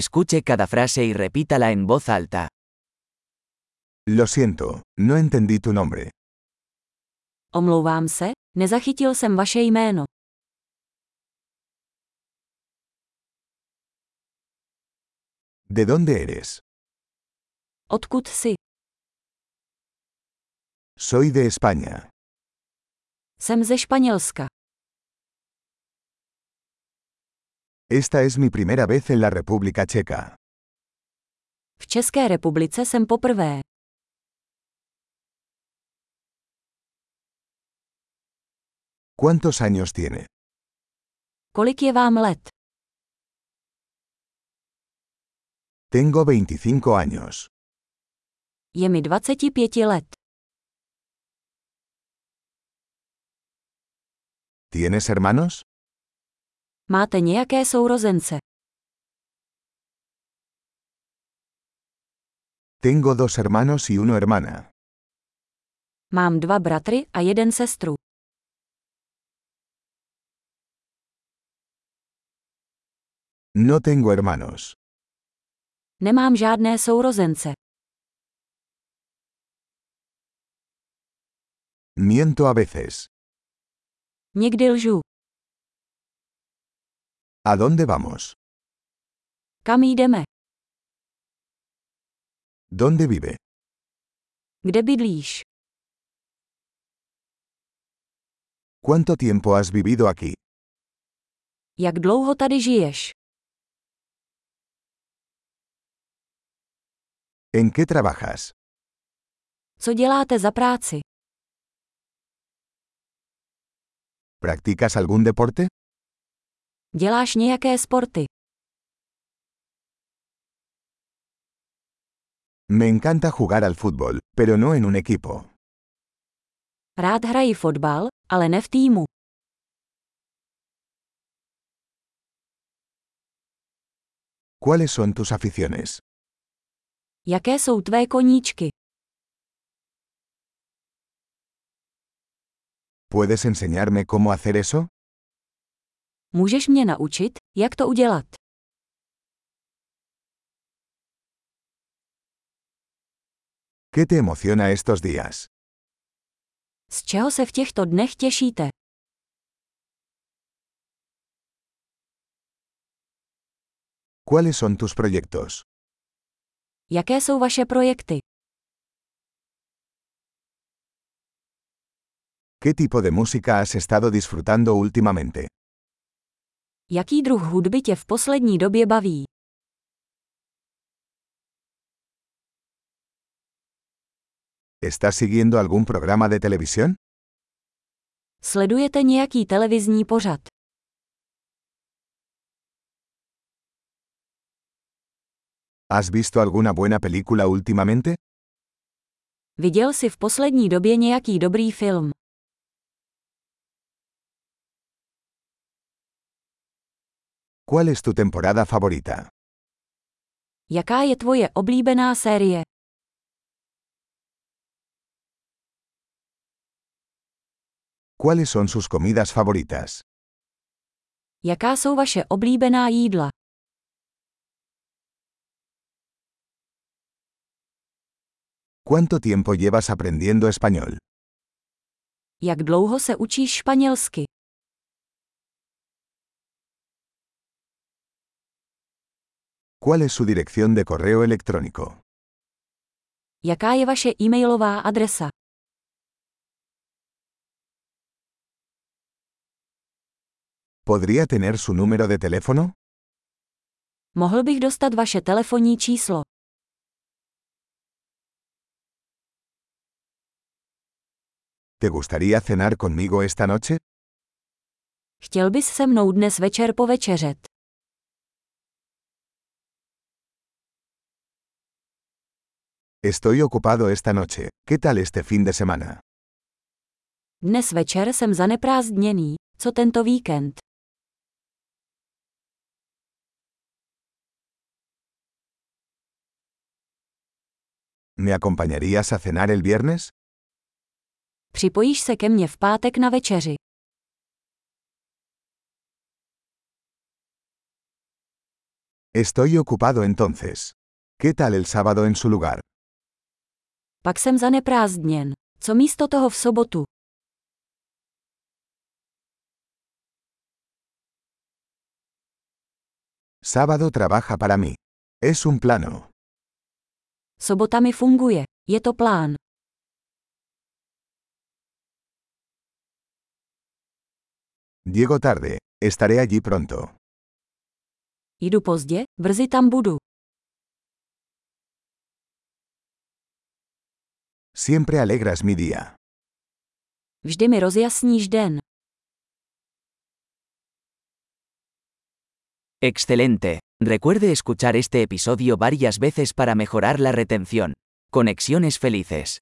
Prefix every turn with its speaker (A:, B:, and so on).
A: Escuche cada frase y repítala en voz alta.
B: Lo siento, no entendí tu nombre.
C: Omlouvám se, nezachytil jsem vaše jméno.
B: ¿De dónde eres?
C: Odkud jsi?
B: Soy de España.
C: Jsem ze Španělska.
B: Esta es mi primera vez en la República Checa.
C: V České republice jsem poprvé.
B: ¿Cuántos años tiene?
C: Kolik je vám let?
B: Tengo 25 años.
C: Je mi 25 let.
B: ¿Tienes hermanos?
C: Máte nějaké sourozence?
B: Tengo dos hermanos y una hermana.
C: Mám dva bratry a jeden sestru.
B: No tengo hermanos.
C: Nemám žádné sourozence.
B: Miento a veces.
C: Někdy lžu.
B: ¿A dónde vamos?
C: Kam jdeme?
B: ¿Dónde vive?
C: Kde bydlíš?
B: ¿Cuánto tiempo has vivido aquí?
C: Jak dlouho tady žiješ?
B: ¿En qué trabajas?
C: Co děláte za práci?
B: ¿Practicas algún deporte?
C: Děláš nějaké sporty?
B: Me encanta jugar al fútbol, pero no en un equipo.
C: Rád hraji fotbal, ale ne v týmu.
B: ¿Cuáles son tus aficiones?
C: Jaké jsou tvé koníčky?
B: ¿Puedes enseñarme cómo hacer eso?
C: Můžeš mě naučit, jak to udělat?
B: ¿Qué te emociona estos días?
C: Z čeho se v těchto dnech těšíte?
B: ¿Cuáles son tus proyectos?
C: Jaké jsou vaše projekty?
B: ¿Qué tipo de música has estado disfrutando últimamente?
C: Jaký druh hudby tě v poslední době baví?
B: ¿Estás siguiendo algún programa de televisión?
C: Sledujete nějaký televizní pořad?
B: ¿Has visto alguna buena película últimamente?
C: Viděl jsi v poslední době nějaký dobrý film?
B: ¿Cuál es tu temporada favorita?
C: Jaká je tvoje oblíbená série?
B: ¿Cuáles son sus comidas favoritas?
C: Jaká jsou vaše oblíbená jídla?
B: ¿Cuánto tiempo llevas aprendiendo español?
C: Jak dlouho se učíš španělsky?
B: ¿Cuál es su dirección de correo electrónico?
C: Jaká je vaše e-mailová adresa?
B: ¿Podría tener su número de teléfono?
C: Mohl bych dostat vaše telefonní číslo.
B: ¿Te gustaría cenar conmigo esta noche?
C: Chtěl bys se mnou dnes večer povečeřet?
B: Estoy ocupado esta noche. ¿Qué tal este fin de semana?
C: Dnes večer jsem zaneprázdněný, co tento víkend?
B: ¿Me acompañarías a cenar el viernes?
C: Připojíš se ke mně v pátek na večeři.
B: He Estoy ocupado entonces. ¿Qué tal el sábado en su lugar?
C: Pak jsem zaneprázdněn. Co místo toho v sobotu?
B: Sábado trabaja para mí. Es un plano.
C: Sobota mi funguje. Je to plán.
B: Llego tarde, estaré allí pronto.
C: Jdu pozdě, brzy tam budu.
B: Siempre alegras mi día.
C: Vždy mi rozjasníš den.
A: Excelente. Recuerde escuchar este episodio varias veces para mejorar la retención. Conexiones felices.